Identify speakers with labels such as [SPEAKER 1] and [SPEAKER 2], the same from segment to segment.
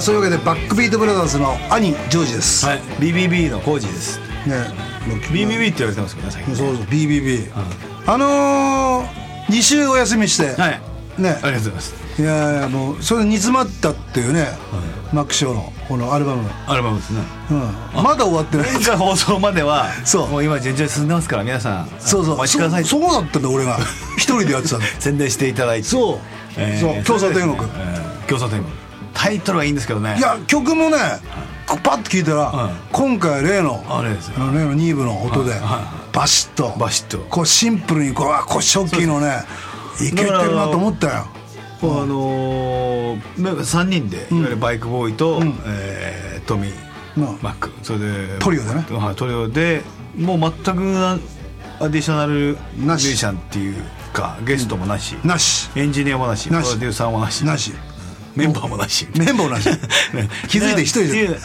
[SPEAKER 1] そういうわけでバックビートブラザーズの兄ジョージです、
[SPEAKER 2] はい BBB のコージです
[SPEAKER 1] ねもう
[SPEAKER 2] BBB って言われてますけどね最近
[SPEAKER 1] そうそう BBB、あのー、2週お休みして、
[SPEAKER 2] はい
[SPEAKER 1] ね
[SPEAKER 2] ありがとうございます
[SPEAKER 1] いやいやもうそれで煮詰まったっていうね、マックショーのこのアルバムの、
[SPEAKER 2] アルバムですね
[SPEAKER 1] うん、まだ終わって ない
[SPEAKER 2] 前回放送までは
[SPEAKER 1] そう
[SPEAKER 2] もう今順調に進んでますから皆さん
[SPEAKER 1] そうそう
[SPEAKER 2] お待ちください
[SPEAKER 1] そうそうだったんだ俺が一人でやって たの
[SPEAKER 2] 宣伝していただいて
[SPEAKER 1] そう
[SPEAKER 2] えー
[SPEAKER 1] そう共産天国
[SPEAKER 2] えー共産天国タイトルはいいんですけどね
[SPEAKER 1] いや曲もねこうパッと聴いたら、
[SPEAKER 2] うん
[SPEAKER 1] 今回例の
[SPEAKER 2] あれですよ
[SPEAKER 1] の例の2部の音で、
[SPEAKER 2] はいは
[SPEAKER 1] バシッと
[SPEAKER 2] バシッと
[SPEAKER 1] こうシンプルにこうあこう初期のねいけてるなと思ったよ
[SPEAKER 2] こうあのーまあ3人でいわゆるバイクボーイと、えートミー、
[SPEAKER 1] うん
[SPEAKER 2] マックそれで
[SPEAKER 1] トリオでね
[SPEAKER 2] はいトリオでもう全くなアディショナルミュ
[SPEAKER 1] な
[SPEAKER 2] ー
[SPEAKER 1] し
[SPEAKER 2] ジシャンっていうかゲストもなし、
[SPEAKER 1] な し
[SPEAKER 2] エンジニアもなし
[SPEAKER 1] なし
[SPEAKER 2] プロデューサーもなし
[SPEAKER 1] なし
[SPEAKER 2] メンバーもなし
[SPEAKER 1] メンバーなし気づいて一人
[SPEAKER 2] って
[SPEAKER 1] で
[SPEAKER 2] いうっ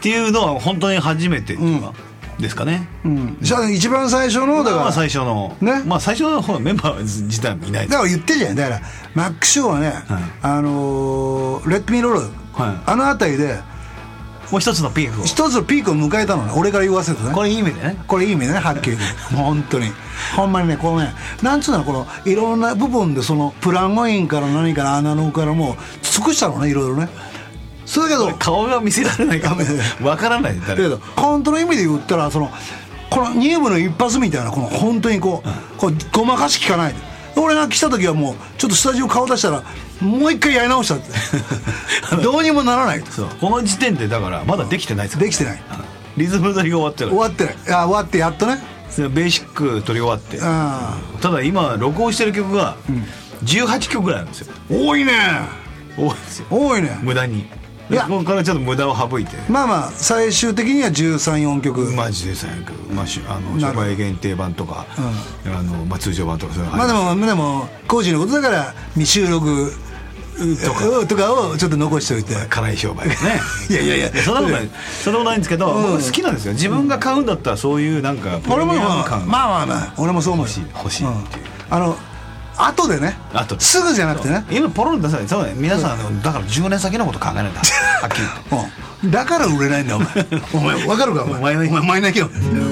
[SPEAKER 2] ていうのは本当に初めてっていうか、ですかね、
[SPEAKER 1] うんじゃあ一番最初のだから、
[SPEAKER 2] まあ最初の、
[SPEAKER 1] ね
[SPEAKER 2] まあ最初の方のメンバー自体もいないです
[SPEAKER 1] だから言ってんじゃんだからマック・ショーはね、あのーレッド・ミー・ロール、
[SPEAKER 2] はい
[SPEAKER 1] あの辺りで
[SPEAKER 2] もう一つのピークを
[SPEAKER 1] 一つのピークを迎えたのね俺から言わせるとね
[SPEAKER 2] これいい意味でね
[SPEAKER 1] これいい意味ねはっきり言 うもう本当にほんまにねこのねなんつうのこのいろんな部分でそのプラモインから何からアナログからもう尽くしたのねいろいろねそれだけど
[SPEAKER 2] 顔が見せられないかもわからない
[SPEAKER 1] だけ
[SPEAKER 2] 誰
[SPEAKER 1] ど本当の意味で言ったらそのこの入部の一発みたいなこの本当にこう,、こうごまかし聞かないで俺が来た時はもうちょっとスタジオ顔出したらもう一回やり直したって どうにもならないと
[SPEAKER 2] そうこの時点でだからまだできてないですから
[SPEAKER 1] できてない
[SPEAKER 2] うんリズム取りが終わってる
[SPEAKER 1] 終わってないあ終わってやっとね
[SPEAKER 2] ベーシック取り終わって
[SPEAKER 1] あ
[SPEAKER 2] ただ今録音してる曲が18曲ぐらいあるんですよ
[SPEAKER 1] 多いね
[SPEAKER 2] 多いですよ
[SPEAKER 1] 多いね
[SPEAKER 2] 無駄に
[SPEAKER 1] いや
[SPEAKER 2] ここからちょっと無駄を省いて
[SPEAKER 1] まあまあ最終的には134曲、
[SPEAKER 2] マジで最悪、まあ、しあの
[SPEAKER 1] なる
[SPEAKER 2] 初回限定版とか、あのまあ、通常版とかそういうの
[SPEAKER 1] まあ
[SPEAKER 2] が
[SPEAKER 1] で
[SPEAKER 2] あ
[SPEAKER 1] もでも工事のことだから未収録とかとかをちょっと残しておいて
[SPEAKER 2] る 辛い商売ですね
[SPEAKER 1] いやいやいや
[SPEAKER 2] そんなことないそんなことないんですけど、僕好きなんですよ自分が買うんだったらそういうなんかプレ
[SPEAKER 1] 俺
[SPEAKER 2] ミ
[SPEAKER 1] も
[SPEAKER 2] アム
[SPEAKER 1] まあ
[SPEAKER 2] 感
[SPEAKER 1] まあまあまあ俺もそう思う
[SPEAKER 2] 欲しい欲しいっていう
[SPEAKER 1] あの後でね
[SPEAKER 2] 後です
[SPEAKER 1] ぐじゃなくてね
[SPEAKER 2] 今ポロリ出さないそうだね皆さん、あのだから10年先のこと考えないん だはっきり言って
[SPEAKER 1] うんだから売れないんだよ お前お前わかるかお前
[SPEAKER 2] マイナー
[SPEAKER 1] お前マイナー行けよ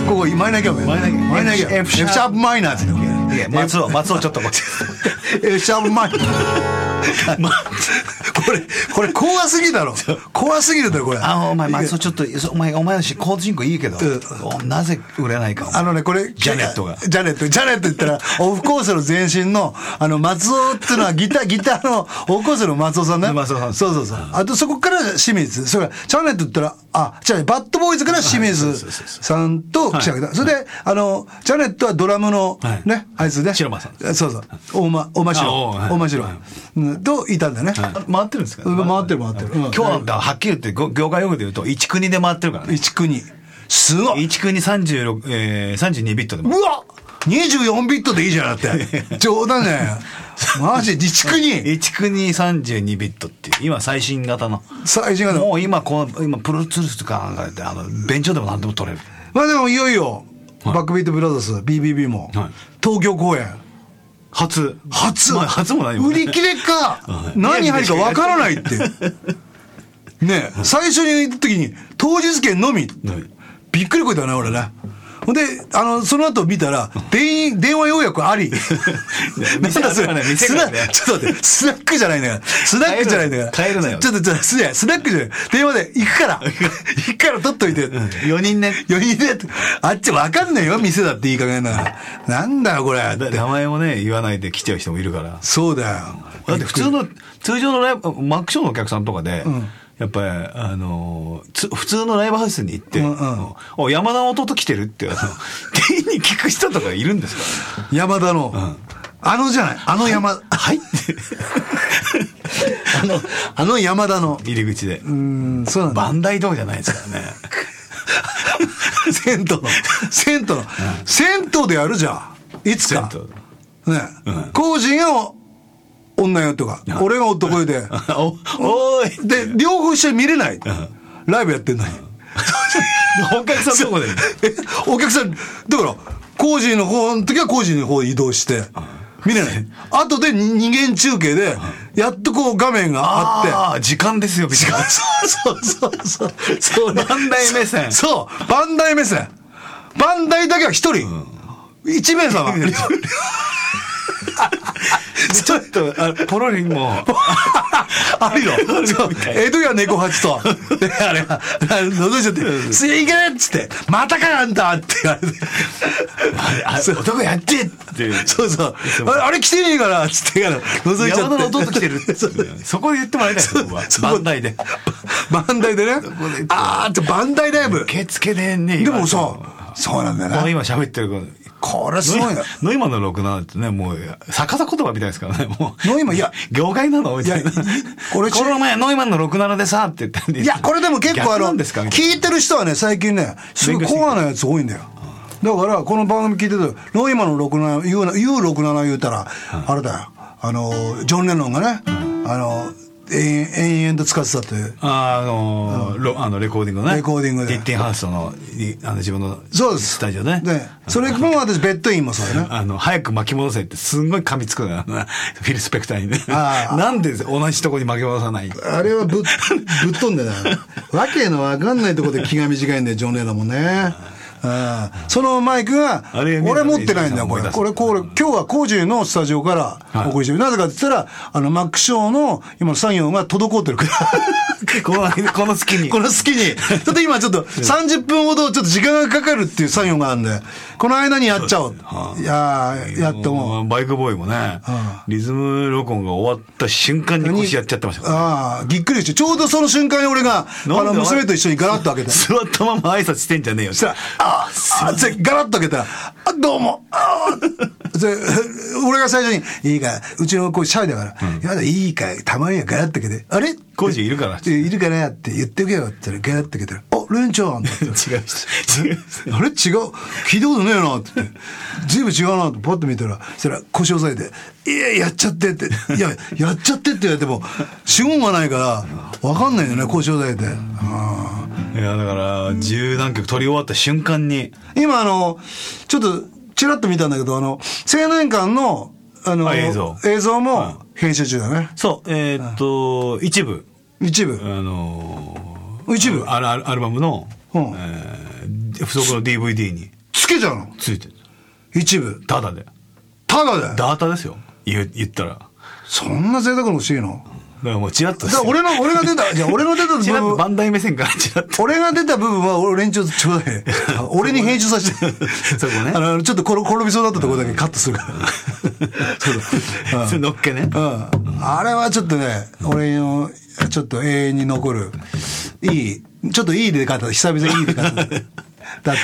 [SPEAKER 1] ここマイナー行けよお前
[SPEAKER 2] マイナー行け
[SPEAKER 1] マイナー行けよ
[SPEAKER 2] F
[SPEAKER 1] F
[SPEAKER 2] シ
[SPEAKER 1] シ
[SPEAKER 2] ャープ
[SPEAKER 1] ャープマイナーって言うの
[SPEAKER 2] いや松尾松尾ちょっとこっち
[SPEAKER 1] F シャープマイナーこれこれ怖すぎだろ怖すぎるだろこれ
[SPEAKER 2] あのお前松尾ちょっとそお前お前のし交通人口いいけど、おなぜ売れないか
[SPEAKER 1] あのね、これ、
[SPEAKER 2] ジャネットが
[SPEAKER 1] ジャネット、ジャネット言ったら、オフコースの前身の、あの、松尾っていうのはギター、ギターの、オフコースの松尾さんね。
[SPEAKER 2] 松尾さん
[SPEAKER 1] そうそうそう。あと、そこから清水。それから、ジャネット言ったら、あ、じゃあバッドボーイズから清
[SPEAKER 2] はい
[SPEAKER 1] 水
[SPEAKER 2] そうそうそうそう
[SPEAKER 1] さんと来たわけだ。それで、あの、ジャネットはドラムの
[SPEAKER 2] はい、
[SPEAKER 1] ね、あいつね。
[SPEAKER 2] 白間さん
[SPEAKER 1] ん。そうそう。大間、大間
[SPEAKER 2] あお
[SPEAKER 1] 白
[SPEAKER 2] うはい。
[SPEAKER 1] 大間白
[SPEAKER 2] はい。
[SPEAKER 1] うんと、いたんだよね。
[SPEAKER 2] 回ってるんですか
[SPEAKER 1] うん回ってる回ってるうん
[SPEAKER 2] 今日なんかはっきり言ってご業界用語で言うと1国で回ってるからね
[SPEAKER 1] 一国。すごい。
[SPEAKER 2] 1国36、えー、32ビットで
[SPEAKER 1] う
[SPEAKER 2] 回って
[SPEAKER 1] わ !24 ビットでいいじゃん、だ って。冗談じゃないよ。マジ、自治区に。
[SPEAKER 2] る1国32ビットっていう今最新型の
[SPEAKER 1] 最新型
[SPEAKER 2] もう今この今プロツールスとかなんかであの便所でも何でも取れる
[SPEAKER 1] まあでもいよいよ、バックビートブラザーズ BBB も、
[SPEAKER 2] はい
[SPEAKER 1] 東京公演
[SPEAKER 2] 初
[SPEAKER 1] 初、
[SPEAKER 2] まあ初もないもん
[SPEAKER 1] 売
[SPEAKER 2] ね
[SPEAKER 1] り切れか、
[SPEAKER 2] はい
[SPEAKER 1] 何入るかわからないってねえ最初に行った時に当日券のみ、
[SPEAKER 2] い
[SPEAKER 1] びっくりこいたね俺ねほんであのその後見たら電員電話要約ありなん
[SPEAKER 2] 店
[SPEAKER 1] だそ
[SPEAKER 2] あるからね
[SPEAKER 1] れ
[SPEAKER 2] 店
[SPEAKER 1] ス
[SPEAKER 2] から
[SPEAKER 1] ナ
[SPEAKER 2] ね
[SPEAKER 1] ちょっと待ってスナックじゃないんだからスナックじゃないんだから
[SPEAKER 2] 帰るなよ
[SPEAKER 1] ちょっとちょっとすねスナックじゃない電話で行くから 行くから取っといて
[SPEAKER 2] 4人ね
[SPEAKER 1] 余裕でやってあっちわかんないよ、店だっていい加減なら。なんだよ、これ。
[SPEAKER 2] だ名前もね言わないで来ちゃう人もいるから
[SPEAKER 1] そうだよ。
[SPEAKER 2] だって普通の通常のライブマックショーのお客さんとかで、やっぱりあのーつ普通のライブハウスに行って「
[SPEAKER 1] うんうん
[SPEAKER 2] お山田の弟来てる?」 ってあの店員に聞く人とかいるんですか
[SPEAKER 1] 山田の、あのじゃない、あの 山、
[SPEAKER 2] らはい
[SPEAKER 1] あの、あの山田の。
[SPEAKER 2] 入り口で
[SPEAKER 1] うん、そうなんだ。
[SPEAKER 2] バンダイとかじゃないですか らね
[SPEAKER 1] 銭湯の、銭湯の、銭湯でやるじゃん。いつか。
[SPEAKER 2] 銭
[SPEAKER 1] ね。工事が女よとか、俺が男よで。
[SPEAKER 2] 湯おおーい
[SPEAKER 1] で、両方一緒に見れない。ライブやってんのに。
[SPEAKER 2] お客さん どこで
[SPEAKER 1] えお客さんだから工事の方の時は工事の方に移動して見れない。後でに二元中継で、やっとこう画面があって、
[SPEAKER 2] ああ、時間ですよ、みたいな。
[SPEAKER 1] そうそうそうそう。そうね
[SPEAKER 2] 番台目線
[SPEAKER 1] そう。番台目線。番台だけは一人。一名 様。
[SPEAKER 2] ちょっと、あポロリンも、
[SPEAKER 1] あるよ。そう
[SPEAKER 2] みたいな
[SPEAKER 1] 江戸や猫八 と。で、あれが、覗いちゃって、すいけっつって、またかあんたって言われて。
[SPEAKER 2] あ
[SPEAKER 1] そう
[SPEAKER 2] 男やってって。
[SPEAKER 1] そうそう。あれ、あれ来てねえから、つって、から覗いちゃ
[SPEAKER 2] 山
[SPEAKER 1] って。
[SPEAKER 2] 田の弟来てるって
[SPEAKER 1] そう
[SPEAKER 2] そこで言ってもらいたいそこは
[SPEAKER 1] そう
[SPEAKER 2] 番台で。
[SPEAKER 1] バンダイでね
[SPEAKER 2] で。
[SPEAKER 1] あーって、バンダイライブ。
[SPEAKER 2] 受付でね、
[SPEAKER 1] で
[SPEAKER 2] 今
[SPEAKER 1] もさ、そうなんだ
[SPEAKER 2] も
[SPEAKER 1] よ
[SPEAKER 2] う
[SPEAKER 1] ね。
[SPEAKER 2] 今喋ってること。
[SPEAKER 1] これすごいな。
[SPEAKER 2] ノイマンの67ってね、もう、逆さ言葉みたいですからね、もう。
[SPEAKER 1] ノイマンいや
[SPEAKER 2] 業界なのみたいない
[SPEAKER 1] や。これ
[SPEAKER 2] この前、ノイマンの67でさ、って言ったんで。
[SPEAKER 1] いや、これでも結構あ
[SPEAKER 2] 逆な
[SPEAKER 1] の、
[SPEAKER 2] んですかみたいな
[SPEAKER 1] 聞いてる人はね、最近ね、すごい
[SPEAKER 2] 勉強して
[SPEAKER 1] コアなやつ多いんだよ。だから、この番組聞いてると、ノイマンの67、言うな U67 言うたら、あれだよ。あの、ジョン・レノンがね、あの、延々延々と使ってたっていう。
[SPEAKER 2] ああのーロあのレコーディングのね。
[SPEAKER 1] レコーディングで
[SPEAKER 2] ディッティンハウスの、いあの自分の
[SPEAKER 1] そうです。
[SPEAKER 2] スタジオね。
[SPEAKER 1] で、それも私、ベッドインもそうだね。
[SPEAKER 2] あの、早く巻き戻せってすんごい噛みつくのよ。フィル・スペクターにね。
[SPEAKER 1] ああ
[SPEAKER 2] なんで同じとこに巻き戻さない
[SPEAKER 1] あれはぶっ、 ぶっ飛んでない。わけのわかんないとこで気が短いんだよ、ジョン・レノンもね。うんそのマイクが、
[SPEAKER 2] あれ見ると
[SPEAKER 1] 俺持ってないんだよ、これ。
[SPEAKER 2] 思い出す
[SPEAKER 1] これ、これ、今日は工事のスタジオからお送りしてる。なぜかって言ったら、あの、マックショーの今の作業が滞ってる から。
[SPEAKER 2] この、この隙に。
[SPEAKER 1] この隙に。ちょっと今ちょっ と30分ほどちょっと時間がかかるっていう作業があるんで、この間にやっちゃおう。いやー、やっても。
[SPEAKER 2] バイクボーイもね、リズム録音が終わった瞬間に腰やっちゃってましたからね
[SPEAKER 1] ああ、ぎっくりして、ちょうどその瞬間に俺が、あ
[SPEAKER 2] なんで
[SPEAKER 1] の、娘と一緒にガラッと開けて。
[SPEAKER 2] 座ったまま挨拶してんじゃねえよ。
[SPEAKER 1] そしたら、ああ、あでガラッと開けたら、あ、どうも、ああ、で、 俺が最初に、いいか、うちの子シャイだから、やだ、いいか、たまにはガラッと開けて、あれ
[SPEAKER 2] コージいるから
[SPEAKER 1] っているからって言っておけよって言ったら、ガラッと開けたら、あ、レンちゃんって 言って
[SPEAKER 2] 違う人。違う人。
[SPEAKER 1] あれ違う聞いたことねえなって言って。随分違うなってパッと見たら、そしたら腰押さえて、いや、やっちゃってって、いや、やっちゃってって言われても、主語がないから、わかんないよね、腰押さえて。うん
[SPEAKER 2] いや、だから、十何曲撮り終わった瞬間に、
[SPEAKER 1] 今、あの、ちょっと、ちらっと見たんだけど、あの、青年館の、あの、
[SPEAKER 2] あ映像
[SPEAKER 1] も編集中だね。
[SPEAKER 2] そう、えーっと、一部、
[SPEAKER 1] 一部
[SPEAKER 2] あ。の
[SPEAKER 1] 一部
[SPEAKER 2] ー、。あらアルバムの、
[SPEAKER 1] うん
[SPEAKER 2] えー付属の DVD に
[SPEAKER 1] つけちゃうの
[SPEAKER 2] ついてる。
[SPEAKER 1] 一部。
[SPEAKER 2] ただで。
[SPEAKER 1] ただで。
[SPEAKER 2] ダータですよ。言う言ったら。だか
[SPEAKER 1] そんな贅沢の欲しいの
[SPEAKER 2] らもうチラッと
[SPEAKER 1] だから俺の、俺が出た、じゃあ俺の 出た部
[SPEAKER 2] チラッと
[SPEAKER 1] 分
[SPEAKER 2] 番台目線からチラッと。
[SPEAKER 1] 俺が出た部分は俺連中ちょうだい。 俺に編集させて。
[SPEAKER 2] そこね
[SPEAKER 1] あの、ちょっと転転びそうだったところだけカットするから。 そうだ。
[SPEAKER 2] それ 乗っけね。
[SPEAKER 1] うん。うん。あれはちょっとね、俺の、ちょっと永遠に残る、いい、ちょっといい出方、久々にいい出方だった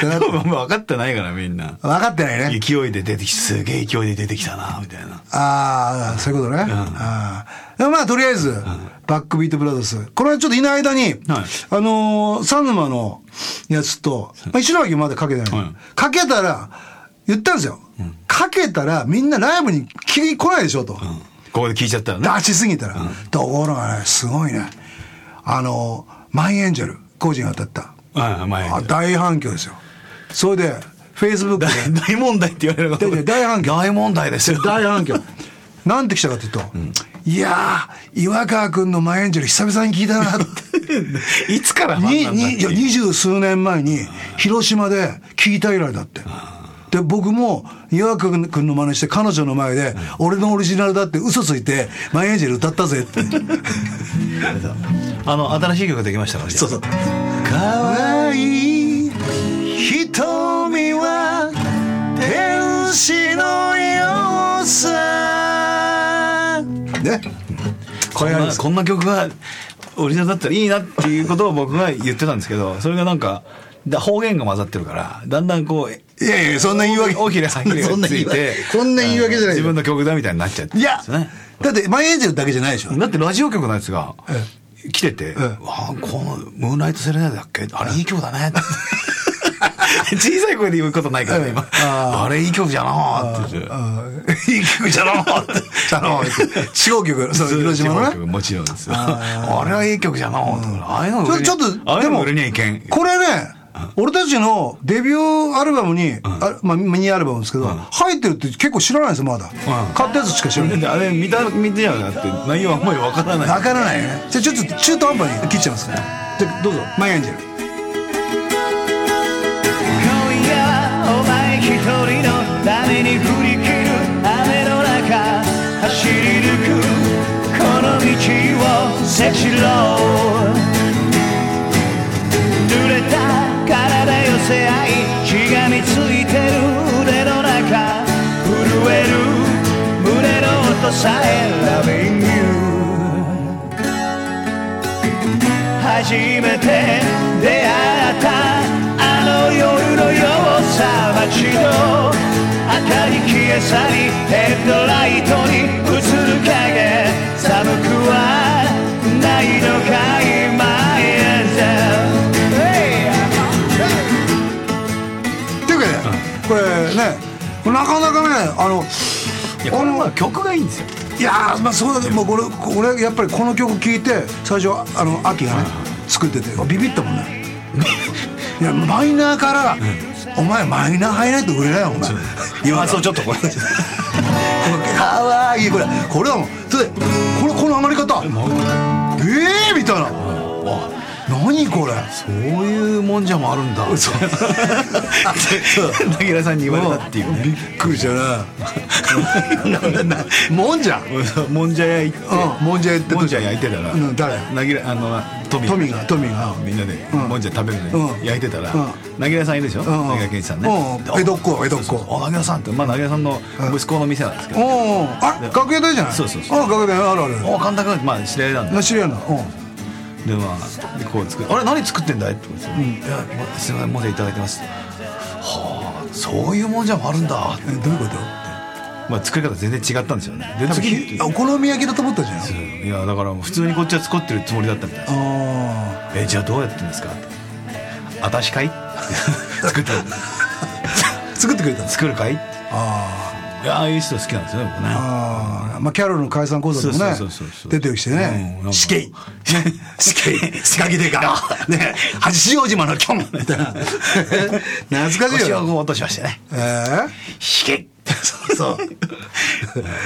[SPEAKER 1] なって。
[SPEAKER 2] もう分かってないからみんな。
[SPEAKER 1] 分かってないね。
[SPEAKER 2] 勢いで出てき、すげえ勢いで出てきたな、みたいな。
[SPEAKER 1] ああ、そういうことね。ああでもまあ、とりあえず、バックビートブラザーズ。これはちょっといない間に、あのー、サヌマのやつと、まあ、石巻まだかけてない、
[SPEAKER 2] はい
[SPEAKER 1] かけたら、言ったんですよ。かけたら、みんなライブに来来ないでしょ、と。
[SPEAKER 2] うんここで聞いちゃったらね。
[SPEAKER 1] 出しすぎたら。ところがね、すごいね。あのー、マイエンジェル、工事が当たっ
[SPEAKER 2] はい、前
[SPEAKER 1] た。あ大反響ですよ。それで、Facebook で。
[SPEAKER 2] 大大問題って言われること
[SPEAKER 1] いやいや大反響
[SPEAKER 2] 大問題ですよ。
[SPEAKER 1] 大反響。なんて来たかというと、いやー、岩川君のマイエンジェル久々に聞いたなって。
[SPEAKER 2] いつからファン
[SPEAKER 1] に
[SPEAKER 2] なんだって
[SPEAKER 1] にいや
[SPEAKER 2] いう
[SPEAKER 1] 二十数年前に広島で聞いた以来だって。で、僕も岩川君の真似して彼女の前で、俺のオリジナルだって嘘ついて、マイエンジェル歌ったぜって。
[SPEAKER 2] あの、新しい曲できましたから。そうそう。
[SPEAKER 1] かわいい瞳は天使のようさ。ね。
[SPEAKER 2] これ
[SPEAKER 1] れがあり
[SPEAKER 2] が
[SPEAKER 1] ます
[SPEAKER 2] こんな曲がオリジナルだったらいいなっていうことを僕が言ってたんですけど、それがなんか、だ方言が混ざってるから、だんだんこう、
[SPEAKER 1] いやいや、そんな言い訳。
[SPEAKER 2] 大きな歯切れ
[SPEAKER 1] そんな
[SPEAKER 2] がついて、
[SPEAKER 1] こんな言い訳じゃない
[SPEAKER 2] 自
[SPEAKER 1] よ
[SPEAKER 2] 分の曲だみたいになっちゃって。
[SPEAKER 1] いや
[SPEAKER 2] ね、
[SPEAKER 1] だって、マイエンジェルだけじゃないでしょ。
[SPEAKER 2] だってラジオ局のやつが、来てて、
[SPEAKER 1] え
[SPEAKER 2] あこの、ムーンライトセレナーデだっけあれいい曲だ ね。小さい声で言うことないから、
[SPEAKER 1] ええ
[SPEAKER 2] 今。
[SPEAKER 1] あ
[SPEAKER 2] あれいい曲じゃなーって言って。
[SPEAKER 1] いい曲じゃ ろうって。じゃろうって。地方曲、そう、広島のね。
[SPEAKER 2] もちろんですよ。
[SPEAKER 1] あ
[SPEAKER 2] あれはいい曲じゃなーって。ああいうの
[SPEAKER 1] ちょちょっ
[SPEAKER 2] 売れに
[SPEAKER 1] と、
[SPEAKER 2] ああい
[SPEAKER 1] で
[SPEAKER 2] うの
[SPEAKER 1] も
[SPEAKER 2] 売れにはいけん。
[SPEAKER 1] これね、俺たちのデビューアルバムに、あまあ、ミニアルバムですけど、入ってるって結構知らないんですよまだ、買ったやつしか知らない
[SPEAKER 2] であれ見た見てやなって内容あんまりわからない
[SPEAKER 1] わからないよねじゃあちょっと中途半端に切っちゃいますからじゃあどうぞマイアンジェル
[SPEAKER 3] 今夜はお前一人のために振り切る雨の中走り抜くこの道を赤ロ濡れた体寄せ合いしがみついてる腕の中震える胸の音さえ Loving you 初めて出会ったあの夜のようさ街の明かり消え去りヘッドライトに映る影寒くはないのかい My angel
[SPEAKER 1] っていうわけで、これねこれなかなかねあの
[SPEAKER 2] いやこれは曲がいいんですよ
[SPEAKER 1] いやーまあそうだけどもうこれこれやっぱりこの曲聴いて最初あの秋がね作っててビビったもん ねいやマイナーから、お前マイナー入らないと売れないもんな
[SPEAKER 2] 今 そうちょっとこれ
[SPEAKER 1] かわいいこれこれはもうそれでこのこの上がり方ええー、みたいな何これ
[SPEAKER 2] そういうもんじゃもあるんだそう なぎらさんに言われたっていうね
[SPEAKER 1] びっくりしたなもんじゃん
[SPEAKER 2] もんじゃ屋行って
[SPEAKER 1] うんもんじゃ屋行って
[SPEAKER 2] もんじゃ焼いてたら
[SPEAKER 1] うん誰
[SPEAKER 2] なぎらあのトミ
[SPEAKER 1] トミーがトミーが
[SPEAKER 2] みんなで
[SPEAKER 1] うん
[SPEAKER 2] もんじゃ食べるの
[SPEAKER 1] うん
[SPEAKER 2] に焼いてたら
[SPEAKER 1] う
[SPEAKER 2] なぎらさんいるでしょ
[SPEAKER 1] うん
[SPEAKER 2] なぎら健一さんね
[SPEAKER 1] うん江戸っ子江戸っ子
[SPEAKER 2] そうそうあなぎらさんってまあなぎらさんの息子の店なんですけど
[SPEAKER 1] おおあれ楽屋台じゃない
[SPEAKER 2] そうそうそう
[SPEAKER 1] あ楽屋台あるある
[SPEAKER 2] お神田君まあ知り合いなんで
[SPEAKER 1] な知り合いなのうん
[SPEAKER 2] でまあでこう作る「あれ何作ってんだい?」って言われて「いやもうすいませんもんじゃいただいてます」はあそういうもんじゃもあるんだ
[SPEAKER 1] えどういうこと
[SPEAKER 2] まあ作り方全然違ったんですよねで次
[SPEAKER 1] ひお好み焼きだと思ったじゃんあ
[SPEAKER 2] いやだから普通にこっちは作ってるつもりだったみたいです
[SPEAKER 1] あ
[SPEAKER 2] えじゃあどうやってんですか?」あた しかい?」作った
[SPEAKER 1] ー作ってくれたんです
[SPEAKER 2] 作るかい?」って
[SPEAKER 1] あ
[SPEAKER 2] いやああいう人好きなんですよね僕
[SPEAKER 1] ー
[SPEAKER 2] ね
[SPEAKER 1] あーまあキャロルの解散講座でもね
[SPEAKER 2] そうそうそうそう
[SPEAKER 1] 出てきて
[SPEAKER 2] うん
[SPEAKER 1] ね
[SPEAKER 2] なんか
[SPEAKER 1] 死刑死刑 仕掛けでかね八丈島のキョン みたいな 懐かしい
[SPEAKER 2] 腰
[SPEAKER 1] よ
[SPEAKER 2] を落としましてね
[SPEAKER 1] えー
[SPEAKER 2] 「ひけ!」そうそう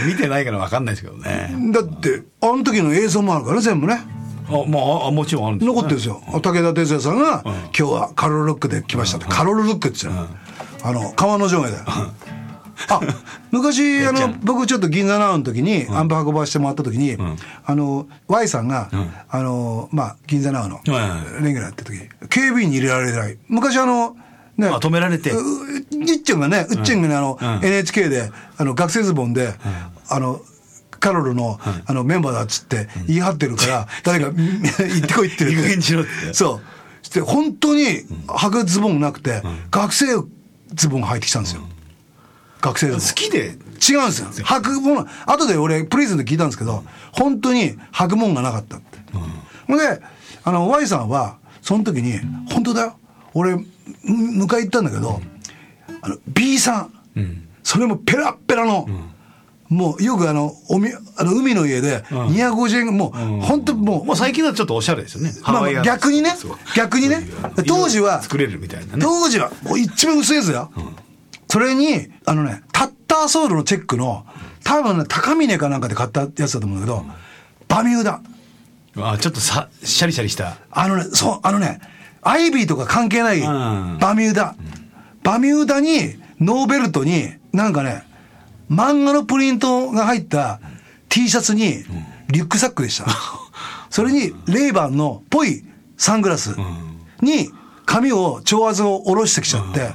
[SPEAKER 2] 見てないから分かんないですけどね
[SPEAKER 1] だってあの時の映像もあるからね全部ね
[SPEAKER 2] あまああもちろんあるんですよ
[SPEAKER 1] 残ってるんですよ、武田鉄矢さんが、今日はカロルロックで来ました」って、カロルロックって言ってたの、あの川の上下だよ、あ 昔あ
[SPEAKER 2] ちゃ
[SPEAKER 1] の
[SPEAKER 2] ん
[SPEAKER 1] 僕ちょっと銀座ナウの時に、アンバー運ばしてもらった時に、あの Y さんが、あのまあ銀座ナウの、
[SPEAKER 2] はいは
[SPEAKER 1] レギュラーやってる時に警備員に入れられない昔あのね
[SPEAKER 2] あ止められて
[SPEAKER 1] ういっちゃんがねうっちゃんがねあの、
[SPEAKER 2] うん
[SPEAKER 1] NHK であの学生ズボンで、あのカロルの,、あのメンバーだっつって言い張ってるから、誰か 行ってこいって
[SPEAKER 2] いい加減にしろっ
[SPEAKER 1] っててそうして本当に履くズボンなくて、学生ズボン履いてきたんですよ、学生ズボン
[SPEAKER 2] 好きで
[SPEAKER 1] 違うんですよ履くもの後で俺プリズンで聞いたんですけど本当に履くもんがなかったってほんであの Y さんはその時に「本当だよ俺む迎え行ったんだけど、あの B さん、それもペラッペラの、もうよくあのおみあの海の家で250円、もう本当もう、
[SPEAKER 2] もう最近はちょっとおしゃれですよね。
[SPEAKER 1] まあまあ、逆にね
[SPEAKER 2] そう
[SPEAKER 1] 逆にね当時は
[SPEAKER 2] 作れるみたいなね。
[SPEAKER 1] 当時はもう一番薄いやつだよ、それにあのねタッターソウルのチェックの多分ね高峰かなんかで買ったやつだと思うんだけど、バミューダ
[SPEAKER 2] あちょっとさシャリシャリした。
[SPEAKER 1] あのねそうあのねアイビーとか関係ない
[SPEAKER 2] ん
[SPEAKER 1] バミューダ、バミューダにノーベルトになんかね漫画のプリントが入った T シャツにリュックサックで した、それにレイバンのっぽいサングラスに髪を長髪を下ろしてきちゃって、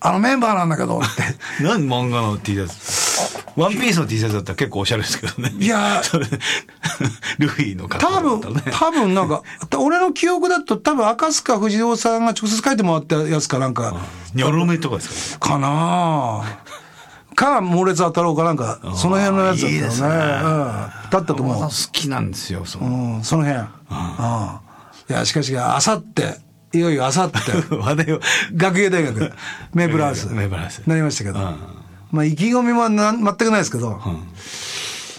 [SPEAKER 1] あのメンバーなんだけどって
[SPEAKER 2] 何漫画の T シャツ。ワンピースの T シャツだったら結構おしゃれですけどね。
[SPEAKER 1] いやー
[SPEAKER 2] それ ルフィの格
[SPEAKER 1] 多
[SPEAKER 2] 好だった
[SPEAKER 1] 分、
[SPEAKER 2] らね。
[SPEAKER 1] 多分なんか、俺の記憶だと多分赤塚不二夫さんが直接書いてもらったやつかなんか、
[SPEAKER 2] ニョロメとかですか
[SPEAKER 1] かなあか猛烈当たろうかなんかその辺のやつだったよね
[SPEAKER 2] いいですね
[SPEAKER 1] うん、だったと
[SPEAKER 2] ね。
[SPEAKER 1] 思、
[SPEAKER 2] 好きなんですよ。そうの
[SPEAKER 1] うん、その辺、うん、いやしかしあさっていよいよあ さって
[SPEAKER 2] 話題を。
[SPEAKER 1] 学芸大学メープルハウス
[SPEAKER 2] メープルハウス
[SPEAKER 1] なりましたけど、
[SPEAKER 2] うん
[SPEAKER 1] まあ意気込みもなん全くないですけど、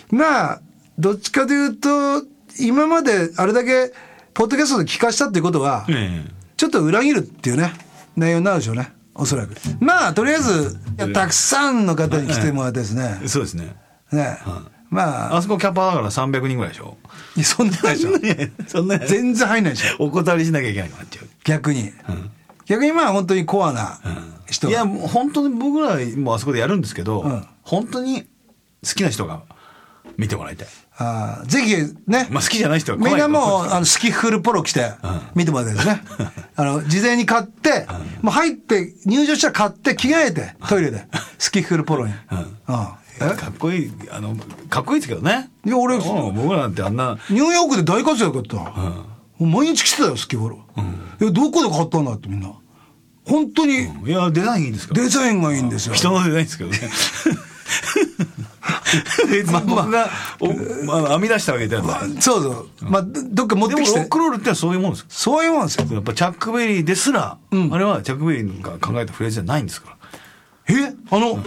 [SPEAKER 1] まあどっちかというと今まであれだけポッドキャストで聞かしたっていうことは、
[SPEAKER 2] ええ
[SPEAKER 1] ちょっと裏切るっていうね内容になるでしょうねおそらくまあとりあえずいやたくさんの方に来てもらってですね
[SPEAKER 2] そうですね
[SPEAKER 1] ねまあ
[SPEAKER 2] あそこキャパだから300人ぐらいでしょ
[SPEAKER 1] いやそんなないでしょ
[SPEAKER 2] そんな
[SPEAKER 1] 全然入んないでしょ
[SPEAKER 2] お断りしなきゃいけないかなっていう
[SPEAKER 1] 逆に、逆にまあ本当にコアな人
[SPEAKER 2] い
[SPEAKER 1] が、
[SPEAKER 2] やもう本当に僕らもあそこでやるんですけど、
[SPEAKER 1] ん
[SPEAKER 2] 本当に好きな人が見てもらいたい
[SPEAKER 1] あーぜひね、
[SPEAKER 2] まあ好きじゃない人は来な
[SPEAKER 1] み
[SPEAKER 2] い
[SPEAKER 1] んなもう
[SPEAKER 2] う
[SPEAKER 1] あのスキッフルポロ着て
[SPEAKER 2] ん
[SPEAKER 1] 見てもらって ですねあの事前に買って、もう入って入場したら買って着替えてトイ レでスキッフルポロに、うんえ
[SPEAKER 2] かっこいいあのかっこいいですけどね
[SPEAKER 1] いや俺
[SPEAKER 2] うん僕らなんてあんな
[SPEAKER 1] ニューヨークで大活躍だった、もう毎日来てたよスキッフル、いやどこで買ったんだってみんな本当に
[SPEAKER 2] いやデザインいいですから
[SPEAKER 1] デザインがいいんですよ、
[SPEAKER 2] 人のデザインですけどね 別に僕がお、まあ、編み出したわけではない
[SPEAKER 1] そうそう、まあどどっか持っ
[SPEAKER 2] で
[SPEAKER 1] て
[SPEAKER 2] も
[SPEAKER 1] き
[SPEAKER 2] ロッ
[SPEAKER 1] て
[SPEAKER 2] クロールってのはそういうもんですよ
[SPEAKER 1] そういうもんですよ
[SPEAKER 2] やっぱチャック・ベリーですら、あれはチャック・ベリーが考えたフレーズじゃないんですから
[SPEAKER 1] えあの、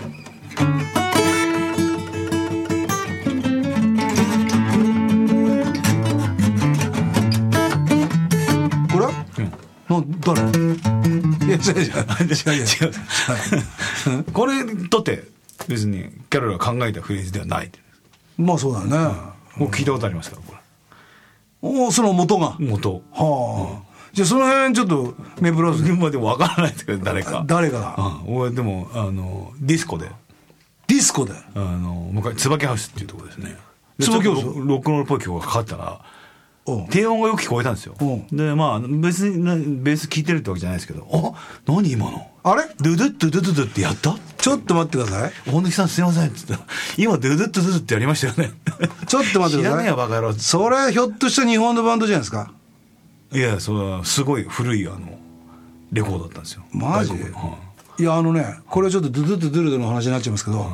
[SPEAKER 1] これ、なん誰いや違う違う違う違う
[SPEAKER 2] 違うこれとって別にキャロルが考えたフレーズではない
[SPEAKER 1] まあそうだね、
[SPEAKER 2] もう聞いたことありますからこ
[SPEAKER 1] おおその元が、
[SPEAKER 2] れ元
[SPEAKER 1] はあ、じゃあその辺ちょっと目プラス
[SPEAKER 2] 現場でもわからないですけど誰か
[SPEAKER 1] 誰が
[SPEAKER 2] うん俺でもあのディスコで
[SPEAKER 1] ディスコで
[SPEAKER 2] あの昔椿ハウスっていうところですねで
[SPEAKER 1] 椿ハウス
[SPEAKER 2] ちょっとロロックンロールっぽい曲がかかったら
[SPEAKER 1] おう
[SPEAKER 2] 低音がよく聞こえたんですよ
[SPEAKER 1] うん
[SPEAKER 2] でまあ別になベース聞いてるってわけじゃないですけど「あ何今の
[SPEAKER 1] あれ
[SPEAKER 2] ドゥドゥッドゥドゥドゥドゥってやった?」
[SPEAKER 1] ちょっと待ってください
[SPEAKER 2] 本木さんすいません」っつったら「今ドゥドゥッドゥドゥドゥってやりましたよね」
[SPEAKER 1] ちょっと待ってください
[SPEAKER 2] 知らねえよバカ野郎
[SPEAKER 1] それひょっとした日本のバンドじゃないですか
[SPEAKER 2] いやそれはすごい古いあのレコードだったんですよ
[SPEAKER 1] マジ
[SPEAKER 2] 外国のはい
[SPEAKER 1] やあのねこれはちょっとドゥドゥドゥドゥルドゥの話になっちゃいますけど、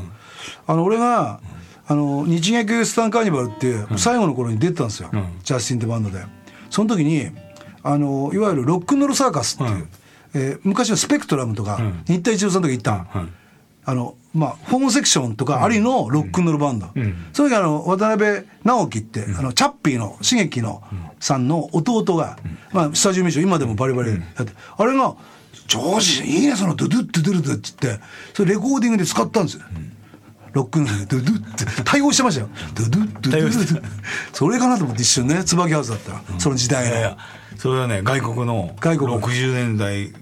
[SPEAKER 1] あの俺があの日劇スタンカーニバルっていう最後の頃に出てたんですよ、
[SPEAKER 2] ん
[SPEAKER 1] ジャスティンってバンドでその時にあのいわゆるロックンロールサーカスっていう、
[SPEAKER 2] うん
[SPEAKER 1] えー昔はスペクトラムとか、
[SPEAKER 2] ん
[SPEAKER 1] 新田一郎さんとか行った、
[SPEAKER 2] はい
[SPEAKER 1] あのまあ、ホームセクションとかありのロックンロールバンド、
[SPEAKER 2] ん
[SPEAKER 1] その時あの渡辺直樹って、あのチャッピーの茂樹の、さんの弟が、まあ、スタジオミッション今でもバリバリやって、あれが「ジョージいいねそのドゥドゥッドゥドゥルドゥ」って言ってそれレコーディングで使ったんですよ、ロックンロールでドゥドゥッって対応してましたよドゥドゥッドゥドゥドゥドゥそれかなと思って一瞬ね椿ハウスだったら、その時代
[SPEAKER 2] いやい
[SPEAKER 1] の
[SPEAKER 2] やそれはね外国の
[SPEAKER 1] 外国の
[SPEAKER 2] 60年代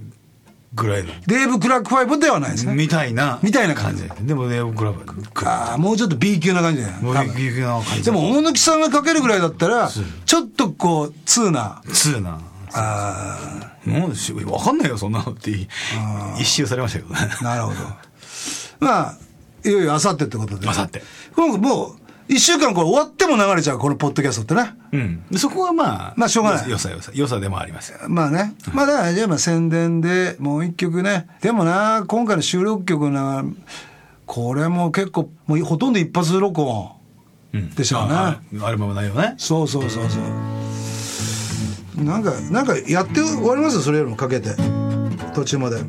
[SPEAKER 2] ぐらい
[SPEAKER 1] デーブ・クラックファイブではないです
[SPEAKER 2] の
[SPEAKER 1] ね
[SPEAKER 2] みたいな
[SPEAKER 1] みたいな感じ
[SPEAKER 2] でもねクラブクラ
[SPEAKER 1] ああもうちょっと B 級な感じだよね
[SPEAKER 2] ブ
[SPEAKER 1] 多分
[SPEAKER 2] 無理な感じ
[SPEAKER 1] でも大貫さんがかけるぐらいだったらちょっとこう通な
[SPEAKER 2] ツーな
[SPEAKER 1] あ
[SPEAKER 2] もうしわかんないよそんなのってい一周されましたけどね
[SPEAKER 1] ーなるほどまあいよいよあさってってことで
[SPEAKER 2] 明後日
[SPEAKER 1] 今後もう1週間これ終わっても流れちゃうこのポッドキャストってね
[SPEAKER 2] うんでそこはまあ
[SPEAKER 1] まあしょうがない
[SPEAKER 2] 良さ良さ良さでもありますよ
[SPEAKER 1] まあねまあだからじゃあまあ宣伝でもう一曲ねでもな今回の収録曲なこれも結構もうほとんど一発録音
[SPEAKER 2] うん
[SPEAKER 1] でしょうね
[SPEAKER 2] ああアルバム内容ね
[SPEAKER 1] そうそうそうそうなんかなんかやって終わりますよそれよりもかけて途中まで。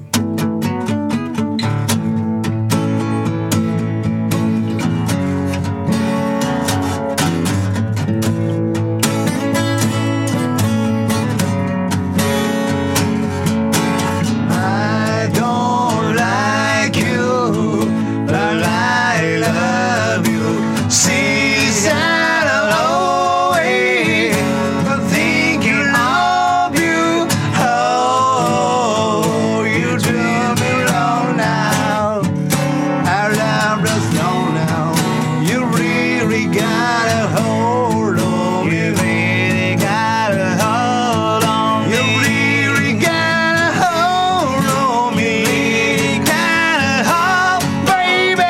[SPEAKER 2] I don't like you but I love you Season away but thinking of you Oh you do me wrong now I love the snow now You really got a hold on me You really got a hold on me You really got a hold on me Got a hold baby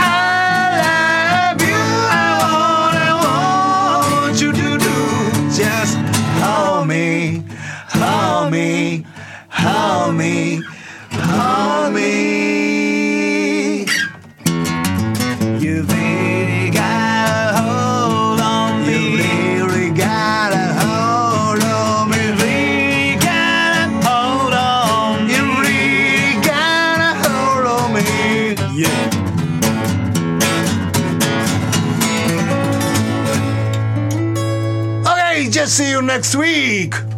[SPEAKER 2] I love you I wanna want you to do Just hold me Hold me Hold me Hold me You've really got a hold on me. You really got a hold on me. Really got a hold on me. You really got a hold on me. Yeah.
[SPEAKER 1] オ k じゃあ see you next week!